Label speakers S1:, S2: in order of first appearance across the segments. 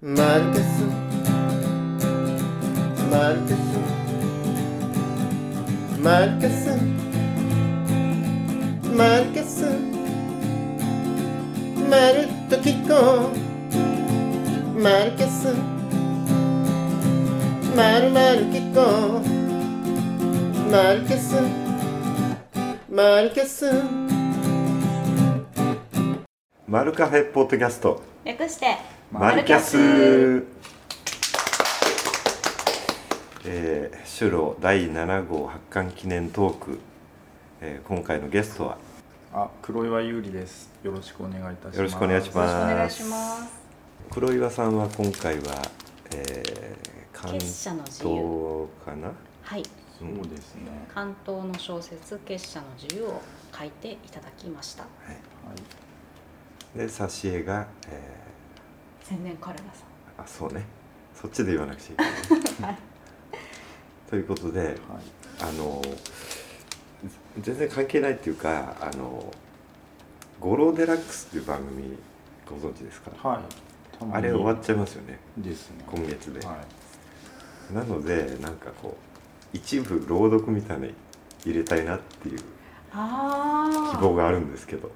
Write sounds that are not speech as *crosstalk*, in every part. S1: マルケスマルケスマルケスマルケスまるっと聞こうマルケスまるまる聞こうマルケスマルケス
S2: マルカフェポッドキャスト
S3: 略して
S2: マルキャスえー、シュロ第7号発刊記念トーク、えー今回のゲストは
S4: あ、黒岩優里です。よろしくお願いいたします。
S2: よろしくお願いし
S3: よ
S2: ま
S3: ろしくお
S2: す
S3: 願いします
S2: 黒岩さんは今回は、えー、関
S3: 結
S2: 東
S3: 社の自由
S2: かな
S3: はい
S4: そうですね。
S3: 関東の小説「結社の自由」を書いていただきました
S4: はい。
S2: で挿絵が、え
S3: 千年カルマさ
S2: ー、あそうねそっちで言わなくちゃいけないね、
S3: *laughs*
S2: ということで
S4: はい。
S2: あの全然関係ないっていうかあの「ゴロデラックス」っていう番組ご存知ですか、
S4: はい。たまに
S2: あれ終わっちゃいますよね
S4: ですね。
S2: 今月で、
S4: は
S2: なのでなんかこう一部朗読みたいに入れたいなっていう希
S5: ああ
S2: 望があるんですけど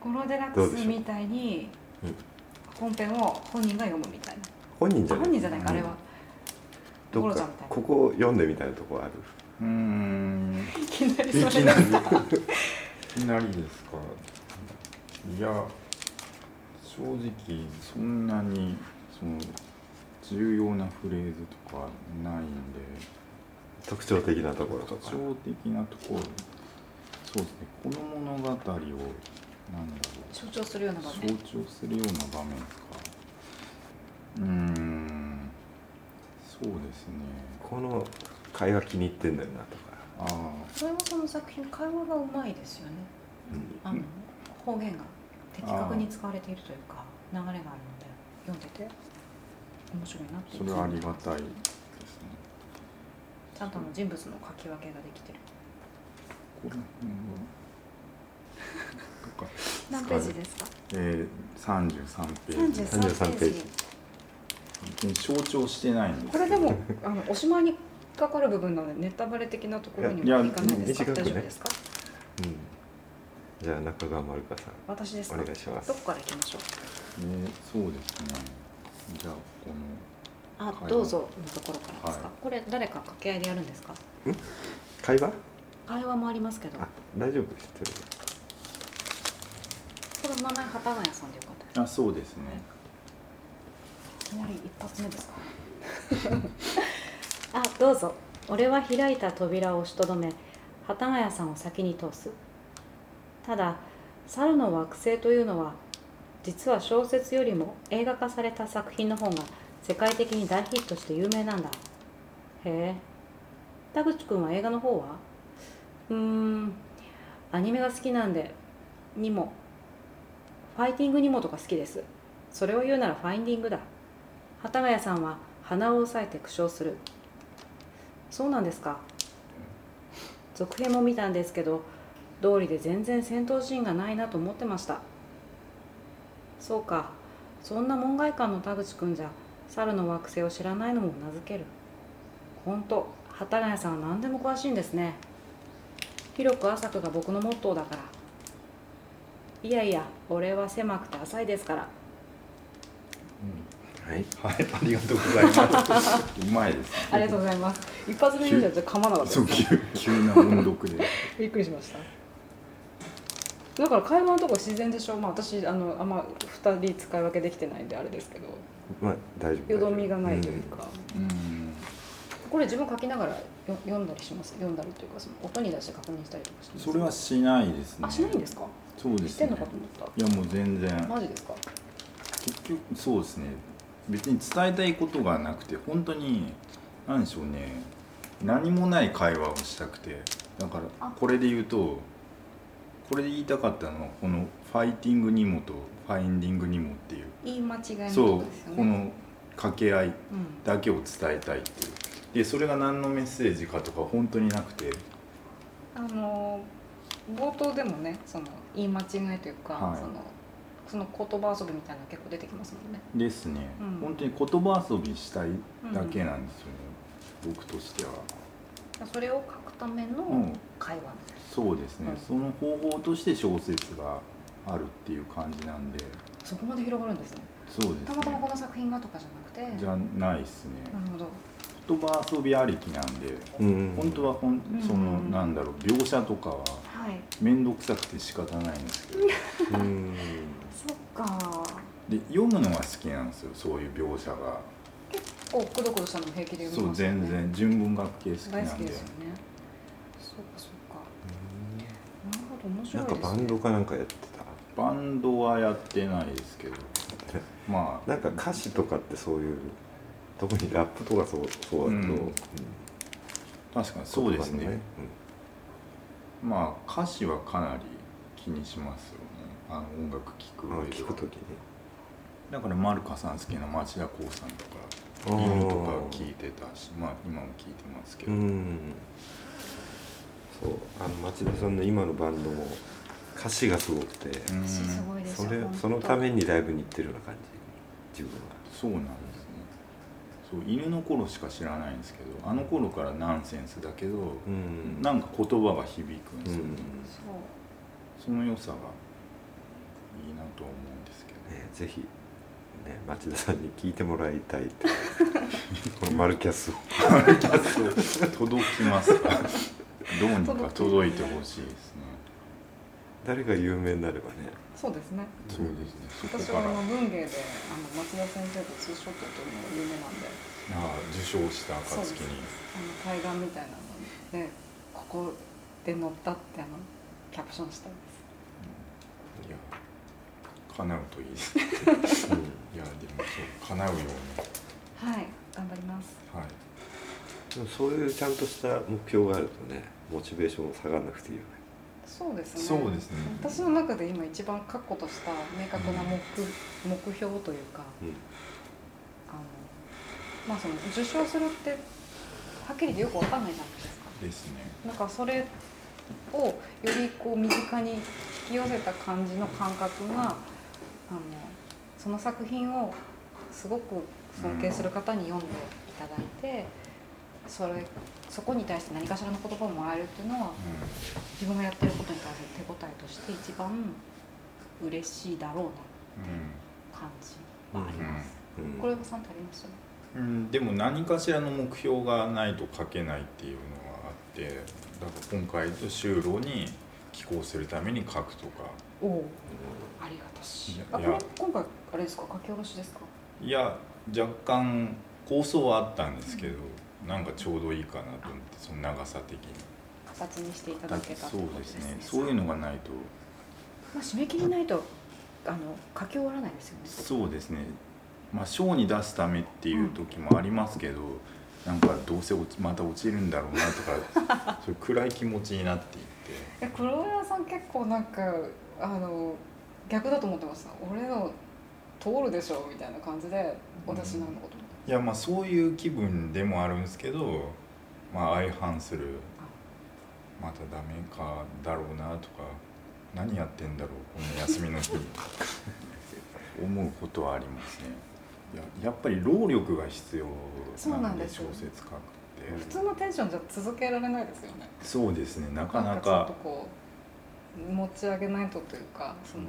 S5: ゴロデラッ
S2: どう
S5: ク
S2: でしょ
S5: ス
S2: う
S5: みたいに
S2: うん
S5: 本編を本人が読むみたいな、
S2: 本人じゃ
S5: あ
S2: ない
S5: 本人じゃないかあれは、
S2: ど
S5: ゴ
S2: っ
S5: ロちゃ
S2: か
S5: んみたいな
S2: ここ読んでみたいなとこある
S4: い。うーん。
S5: いきなり
S4: い
S5: そ
S4: き
S5: れ
S4: な
S5: が
S4: り。いきなりですか。いや。正直、そんなに。その。重要なフレーズとかないんで。
S2: 特徴的なところと
S4: 特
S2: か
S4: 徴的なところ。そうですね。この物語を。なんだろう。
S5: 象徴するような場
S4: 象
S5: 面
S4: 徴するような場面かうーんそうですね
S2: この会話気に入ってんだよなとか
S4: ああ
S5: それもその作品会話がうまいですよねあの方言が的確に使われているというか流れがあるので読んでて面白いなって
S4: それはありがたいですね
S5: ちゃんとあの人物の書き分けができてる
S4: この辺はなん
S5: 何
S4: か
S5: ページですか
S4: えー、33ページ
S2: 33
S5: 33ページ
S4: 象徴してないんです
S5: これでもあのおしまいにかかる部分なのでネタバレ的なところに
S4: いや
S5: もいかないですか
S2: 短く
S5: 大
S2: ね
S5: 丈夫ですか
S2: うんじゃあ中川丸香さん
S5: 私ですか
S2: お願いします
S5: どこから行きましょう
S4: えー、そうですねじゃあこ
S3: あ
S4: はい
S3: どうぞのところからですか、
S4: はい
S3: これ誰か掛け合いでやるんですか
S2: 会話
S3: 会話もありますけど
S2: あ大丈夫知ってる
S3: これ名前幡ヶ谷さんでよかった
S4: のあそうですね
S3: いきなり一発目ですか *laughs* あどうぞ俺は開いた扉を押しとどめ幡ヶ谷さんを先に通すただ猿の惑星というのは実は小説よりも映画化された作品の方が世界的に大ヒットして有名なんだへえ田口くんは映画の方はうーんアニメが好きなんでにもファイティングにもとか好きですそれを言うならファインディングだ幡ヶ谷さんは鼻を押さえて苦笑するそうなんですか続編も見たんですけど道理で全然戦闘シーンがないなと思ってましたそうかそんな門外漢の田口くんじゃ猿の惑星を知らないのもうなずける本当幡ヶ谷さんは何でも詳しいんですね広く浅くが僕のモットーだからいやいや俺は狭くて浅いですから
S2: はい
S4: はいありがとうございますうまいですね
S5: ありがとうございます一発目読んじゃ噛まなかった
S4: そう急急な音読で
S5: びっくりしましただから会話のとこ自然でしょ、まあ、私あのあんま2人使い分けできてないんであれですけど
S2: *laughs* まあ大丈夫
S5: よどみがないと
S2: う
S5: いうんか、
S4: うん
S5: これ自分書きながらよ読んだりします読んだりというかその音に出して確認したりとかしてます
S4: それはしないですね
S5: あしないんですか
S4: そうで
S5: し
S4: す
S5: てん
S4: ね
S5: のかと思っ
S4: いやもう全
S5: た
S4: 然
S5: マジですか
S4: 結局そうですね別に伝えたいことがなくて本当に何でしょうね何もない会話をしたくてだからこれで言うとこれで言いたかったのはこの「ファイティングニモ」と「ファインディングニモ」っていう
S5: 言い間違いのとこ
S4: そ
S5: ですよ
S4: う
S5: ね
S4: この掛け合い
S5: うん
S4: だけを伝えたいっていうでそれが何のメッセージかとか本当になくて
S5: あの冒頭でもねその言い間違いというか、
S4: はい
S5: そのその言葉遊びみたいなの結構出てきますもんね
S4: ですね、
S5: うん
S4: 本当に言葉遊びしたいだけなんですよね、僕としては
S5: それを書くため
S4: う
S5: の
S4: ん
S5: 会話
S4: そうですね、
S5: うん
S4: その方法として小説があるっていう感じなんで
S5: そこまで広がるんですね
S4: そうです
S5: た
S4: ね
S5: またまこの作品がとかじゃなくて
S4: じゃないですね
S5: なるほど
S4: 言葉遊びありきなんで
S2: うん
S4: 本当はほん
S5: うん
S4: そのなんだろう描写とかは
S5: はい
S4: 面倒くさくて仕方ないんですけど
S2: うん
S5: そっか
S4: で読むのが好きなんですよそういう描写が
S5: おくどくどしたのも平気で読
S4: そ
S5: み
S4: う
S5: ますよね
S4: 全然純文学系好き
S5: 大
S4: な
S5: 好
S4: ん
S5: き
S4: で
S5: ですよねそっかそっかなるほど面
S2: な
S5: 白
S2: いん
S5: で
S2: か
S5: すね
S2: バンドかなんかやって
S4: バンドはやってないですけどま
S2: たなんか歌詞とかってそういう特にラップとかそうそうだけど、
S4: うん
S2: うん
S4: あ確かにそうですね
S2: 言葉の
S4: まあ歌詞はかなり気にしますよねあの音楽聴く
S2: うんあ
S4: 上で
S2: 聞くときね
S4: だからマルカさん好きな町田光さんとか
S2: あー
S4: 犬とか聞いてたしまあ今も聞いてますけ
S2: う
S4: ど、
S2: んそうあの町田さんの今のバンドも歌詞がすごくて、
S4: うん
S5: 私すごいです
S2: そ
S5: よ
S2: れ
S5: 本当
S2: そのためにライブに行ってるような感じ自分は
S4: そうなんですねそう犬の頃しか知らないんですけどあの頃からナンセンスだけど、
S2: うん
S4: なんか言葉が響くんですよね、
S5: そう
S4: その良さがいいなと思うんですけど、
S2: ね、ぜひ、ね、町田さんに聞いてもらいたいって *laughs* このマルキャスを
S4: *laughs* 届きますかどうにか届いてほしいですね
S2: 誰が有名になればね
S5: そうですね
S4: そうですねそ
S5: 私
S4: こか
S5: はあ
S4: ら
S5: の文芸であの松田先生とツーショットというのが有名なんで
S4: ああ受賞した
S5: そうです
S4: 暁に
S5: あの対岸みたいなのでここで乗ったってあのキャプションしたんです
S4: いや叶う *laughs* といいですねいやでもそう叶うように
S5: はい頑張ります
S4: はい
S2: でもそういうちゃんとした目標があるとねモチベーションも下がらなくていいよね
S5: そうですね
S4: そうですね
S5: 私の中で今一番確固とした明確な目,、目標というかあのまあその受賞するってはっきり言ってよくわかんないじゃないですか
S4: ですね
S5: なんかそれをよりこう身近に引き寄せた感じの感覚があのその作品をすごく尊敬する方に読んでいただいてそれそこに対して何かしらの言葉をもらえるっていうのは自分がやってることに対する手応えとして一番嬉しいだろう
S4: うん、
S5: な感じはあります。
S2: うん、うん
S5: これもさんってありましたね。
S4: うんうん、でも何かしらの目標がないと書けないっていうのがあってだから今回と就労に寄稿するために書くとか
S5: おお、ありがたし
S4: いや。
S5: あ、こ
S4: い
S5: れ
S4: や
S5: 今回あれですか、書き下ろしですか。
S4: いや若干構想はあったんですけど、なんかちょうどいいかなと思ってその長さ的に
S5: 形にしていただけたって
S4: そう
S5: こと
S4: ですねそういうのがないと
S5: まあ、締め切りないとあの書き終わらないですよね
S4: そうですねまあ賞に出すためっていう時もありますけど、なんかどうせ落ちまた落ちるんだろうな
S5: *laughs*
S4: とかそういう暗い気持ちになっていって
S5: え黒岩さん結構なんかあの逆だと思ってました俺の通るでしょみたいな感じで私なんのことも、
S4: いやまあそういう気分でもあるんですけどまあ相反するまたダメかだろうなとか何やってんだろうこの休み
S5: *laughs*
S4: の日に思うことはありますねいややっぱり労力が必要
S5: そうな
S4: なんんで
S5: です
S4: 小
S5: よ
S4: 説書くって
S5: 普通のテンションじゃ続けられないですよね
S4: そうですねなかな
S5: ちょっと
S4: か
S5: こう持ち上げないとというかその、
S4: うん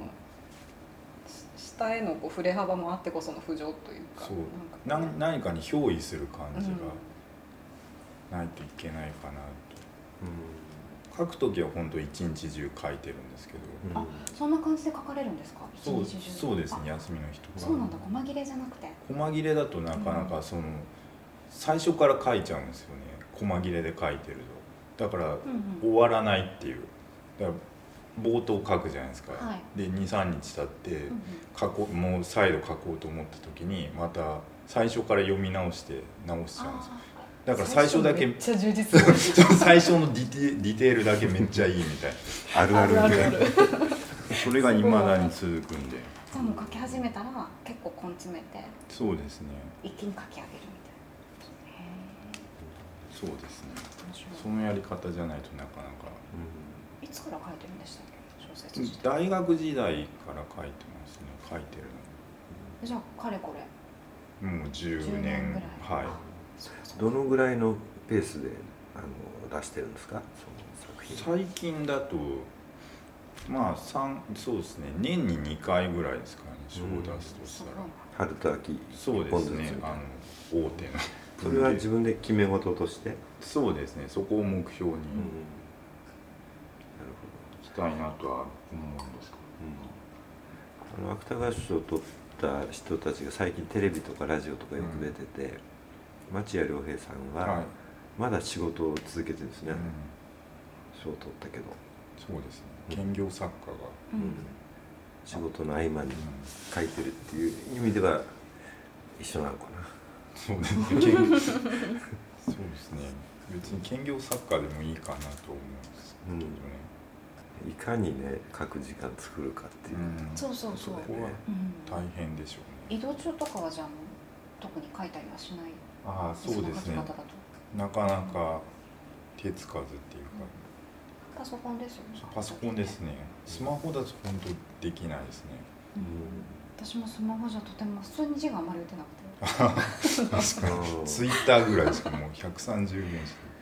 S5: し下へのこう振れ幅もあってこその浮上というか
S4: そう
S5: な
S4: なん
S5: か
S4: 何かに憑依する感じ
S5: うん
S4: がないといけないかなと書く時は本当一日中書いてるんですけど
S2: うん
S5: あそんな感じで書かれるんですか
S4: そう
S5: 一日中
S4: そうです
S5: あ
S4: ね休みの日とか
S5: そうなんだ細切れじゃなくて
S4: 細切れだとなかなかその最初から書いちゃうんですよね細切れで書いてるとだから
S5: うん
S4: 終わらないっていうだから冒頭書くじゃないですか、
S5: は
S4: で23日経って
S5: うん
S4: 書こうもう再度書こうと思った時にまた最初から読み直して直しちゃうんですよだから最初だけ
S5: めっちゃ充実
S4: *laughs*
S5: する
S4: 最初のディテーディテールだけめっちゃいいみたい
S2: あるある
S5: あ
S2: あ
S5: る
S2: る
S5: あ
S2: あ
S5: る
S2: る
S4: なそれがいまだに続くんで
S5: じゃあもう書き始めたら結構根詰めて
S4: そうですね
S5: 一気に書き上げるみたいなへ
S4: そうですね
S5: え面白
S4: そのやり方じゃないとなかなか
S5: いいつから書いてるんでしたっけ小説自体
S4: 大学時代から書いてまですね書いてる
S5: じゃあかれこれ
S4: のもう10
S5: 10年ぐ
S4: 年
S5: らい
S4: はい
S2: どのぐらいのペースであの出してるんですかその作品
S4: 最近だとまあ三そうですね年に2回ぐらいですかね賞を出すと
S5: す
S4: し
S5: ご
S4: た
S5: い
S4: ら、
S5: な
S2: 春と秋
S4: そう
S2: 一
S4: で
S2: 本
S4: す
S2: ずつみ
S4: ね
S2: たい
S4: あ
S2: な
S4: の大手の
S2: それは自分で決め事として、
S4: そうですねそこを目標に
S2: なる
S4: したいなとは思うんですけ
S2: ほど、
S4: ど、
S2: あの芥川賞を取った人たちが最近テレビとかラジオとかよく出てて、町屋良平さん
S4: は、
S2: はいまだ仕事を続けてるんですね
S4: うん、
S2: 賞、を取ったけど、
S4: そうですね兼業作家が、
S2: う
S5: う
S2: ん
S5: ん
S2: 仕事の合間に
S4: うん
S2: 書いてるっていう意味では一緒なのかな
S4: そうです *laughs* ね。兼業そうですね。別に兼業作家でもいいかなと思うんですけどね。
S2: いかにね書く時間作るかっていう、
S5: そうそうそう、
S2: そう
S4: ここは
S5: うん、
S4: 大変でしょう
S5: 移
S4: ね。
S5: 動中とかはじゃあもう特に書いたりはしない
S4: ああ、そうですね
S5: の書き方だと。
S4: なかなか手つかずっていう
S5: パソコンですよね
S4: か、パソコンですね。スマホだと本当できないですね。
S5: う
S2: うん
S5: ん私もスマホじゃとても普通に字があんまり打てなくて、
S2: あの
S4: ツイッターぐらいしかもう130文字で。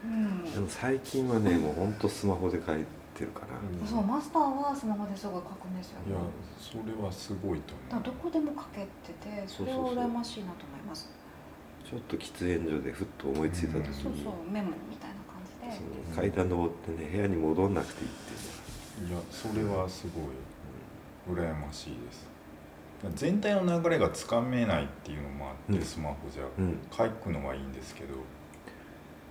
S5: うん、
S2: でも最近はねもうほんとスマホで書いてるかな、
S5: そうマスターはスマホですごい書くんですよ
S4: い
S5: ね
S4: や、それはすごいと
S5: だから
S4: 思。
S5: どこでも書けててそれは羨ましいなと思います
S2: ちょっと喫煙所でふっと思いついた時
S5: そう
S2: に、
S5: そうメモみたいな感じで
S2: その階段登ってね部屋に戻んなくていいっていう
S4: いや、それはすごい。羨ましいです全体の流れがつかめないっていうのもあって、
S2: うん
S4: スマホじゃ
S2: う、のはうん
S4: 書くのはいいんですけど、うん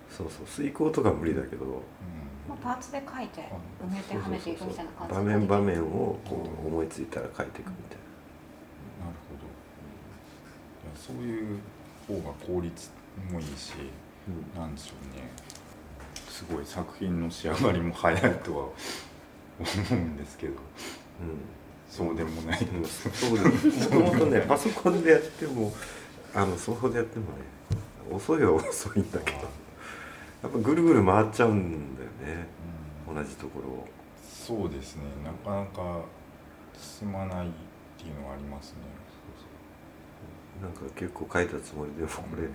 S2: そうそう遂行とか無理だけど
S5: まあ、パーツで書いて埋めてはめていくみたいな感じ
S2: 場
S5: で
S2: 面場面をこう思いついたら書いていくみたい
S4: なるほどいやそういう方が効率もいいし
S2: な、
S4: なんでしょうねすごい作品の仕上がりも早いとは思うんですけど
S2: うんうん
S4: そうでもない、
S2: うんそうです。もともと
S5: *laughs*
S2: ね、パソコンでやっても、あの、スマホでやってもね、遅いは遅いんだけど、やっぱぐるぐる回っちゃうんだよね、
S4: うん
S2: 同じところを。
S4: そうですねなかなか進まないっていうのはありますね
S2: なんか結構書いたつもりでも、これ、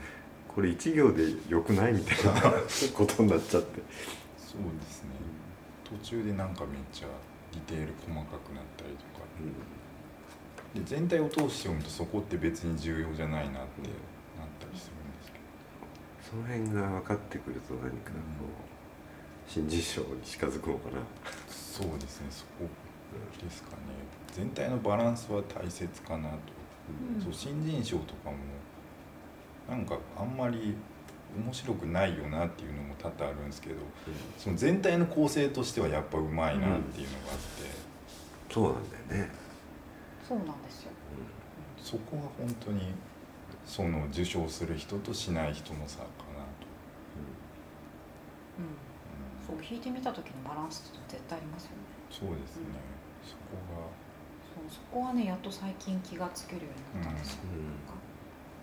S2: これ1行で良くないみたいなことになっちゃって。
S4: そうですね途中でなんかめっちゃディテール細かくなったりとかで全体を通して読むとそこって別に重要じゃないなってなったりするんですけ
S2: その辺が分かってくると何かこう、新人賞に近づくのかな。
S4: どそうですねそこですかね全体のバランスは大切かなと、
S5: うん
S4: そう新人賞とかもなんかあんまり面白くないよなっていうのも多々あるんですけどその全体の構成としてはやっぱうまいなっていうのがあって、
S2: そうなんだよね。
S5: そうなんですよ
S4: そこが本当にその受賞する人としない人の差かなと、
S5: うん
S4: うん
S5: そう弾いてみた時のバランスって絶対ありますよね
S4: そうですね、そこ
S5: そうそこはねやっと最近気がつけるようになったんですよ、
S2: うんうん
S5: なんか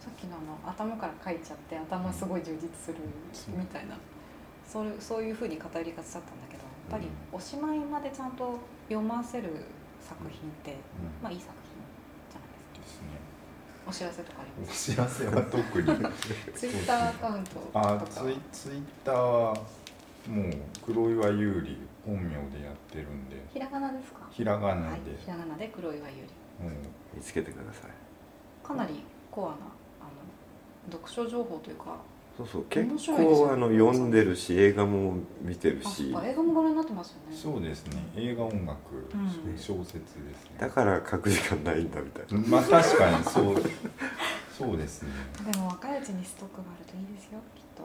S5: さっきのあの頭から書いちゃって頭すごい充実する
S4: そう
S5: みたいな、それそういうふうに偏りがちだったんだけどやっぱりおしまいまでちゃんと読ませる作品って、
S4: が、
S5: まあいい作品じゃないですか
S4: ですね
S5: お知らせとかあり
S4: お *laughs*
S5: ます
S4: 知らせは特に
S5: *laughs* ツイッターアカウントと
S4: あ
S5: か
S4: ツイツイッターはもう黒岩優里本名でやってるんで
S5: ひらがなですか
S4: ひらがな
S5: はい
S4: で、
S5: ひらがなで黒岩ゆり
S4: もう
S2: 見つけてください。
S5: かなりコアなあの読書情報というか
S2: そうそう結
S5: 面白いですよ
S2: 構あの読んでるし映画も見てる
S5: あそっ
S2: し
S5: か映画もご覧になってますよね
S4: そうですね映画音楽、
S5: うん
S4: 小説です
S2: だ
S4: ね
S2: から書く時間ないんだみたいな
S4: まあ確かにそうそうですね
S5: でも若いうちにストックがあるといいですよきっと、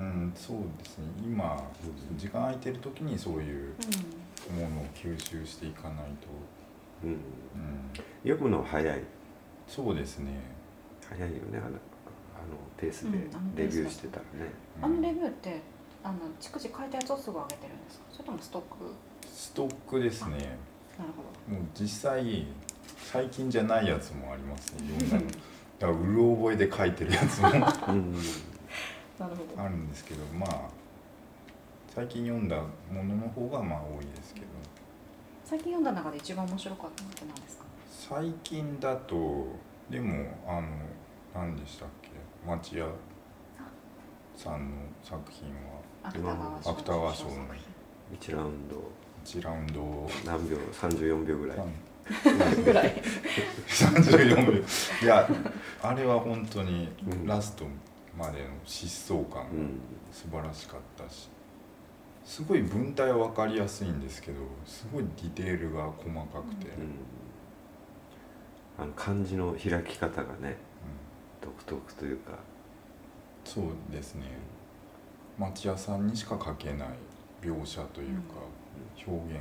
S4: うん、そうですね今時間空いてる時にそういうものを吸収していかないと、
S2: うん、
S4: うん、
S2: 読むのは早い
S4: そうですね、
S2: 早いよねあのあのペースで
S5: うんあのペ
S2: レ
S5: ース
S2: ビ
S5: だと
S2: ューしてたらね、
S4: うん
S5: あのレビューってあの逐次書いたやつをすぐ上げてるんですかそれともストック
S4: ストックですね
S5: なるほど
S4: もう実際最近じゃないやつもあります
S5: *laughs*
S4: ねいろんなのだからうる覚えで書いてるやつも *laughs* あ
S2: うん、
S5: なるほ
S4: るんですけどまあ最近読んだものの方がまあ多いですけど
S5: 最近読んだ中で一番面白かったのって何ですか
S4: 最近だとでもあの何でしたっけ町屋さんの作品は芥川賞の
S2: 1ラウンド
S4: 1ラウンドを
S2: 何秒34秒ぐらい
S5: *laughs* ぐら
S4: *laughs*
S5: い
S4: 34秒いやあれは本当に
S2: うん
S4: ラストまでの疾走感
S2: うん
S4: 素晴らしかったしすごい文体は分かりやすいんですけどすごいディテールが細かくて、
S2: う
S4: うん
S2: んあの漢字の開き方がね独特というか
S4: そうですね町屋さんにしか書けない描写というか、表現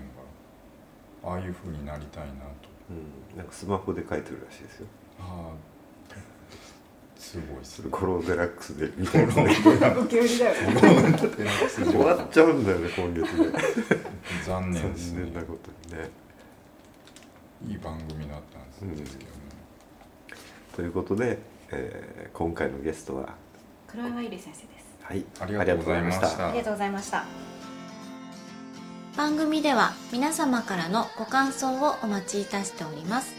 S4: がああいう風になりたいなと
S2: うん、なんかスマホで書いてるらしいですよ。
S4: ああすごいす
S2: そ
S4: ご
S2: れゴ
S4: い
S2: ローデラックスで見
S4: こ
S2: た
S4: の
S2: いね。
S5: ゴキブリだよね
S2: *laughs* 終わっちゃうんだ
S4: *laughs*
S2: よね今月で。
S4: 残念です
S2: 残
S4: ね
S2: 念なことにね。
S4: いい番組だったんです,、
S2: うん
S4: ですけどね
S2: ということで、えー今回のゲストは
S3: 黒岩ゆり先生です
S2: はい
S4: ありがとうございまし。た
S5: ありがとうございました
S6: 番組では皆様からのご感想をお待ちいたしております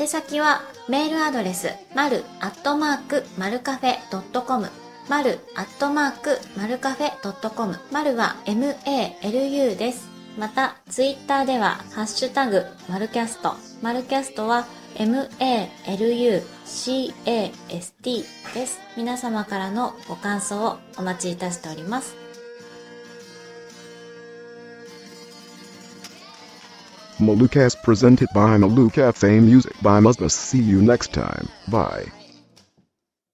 S6: 宛先はメールアドレスまるアットマークマルカフェドットコムまるアットマークマルカフェドットコムまるは MALU ですまたツイッターではハッシュタグマルキャストマルキャストは MALUCAST です皆様からのご感想をお待ちいたしております
S7: Malukas presented by Malukafe Music by Musmus. See you next time. Bye.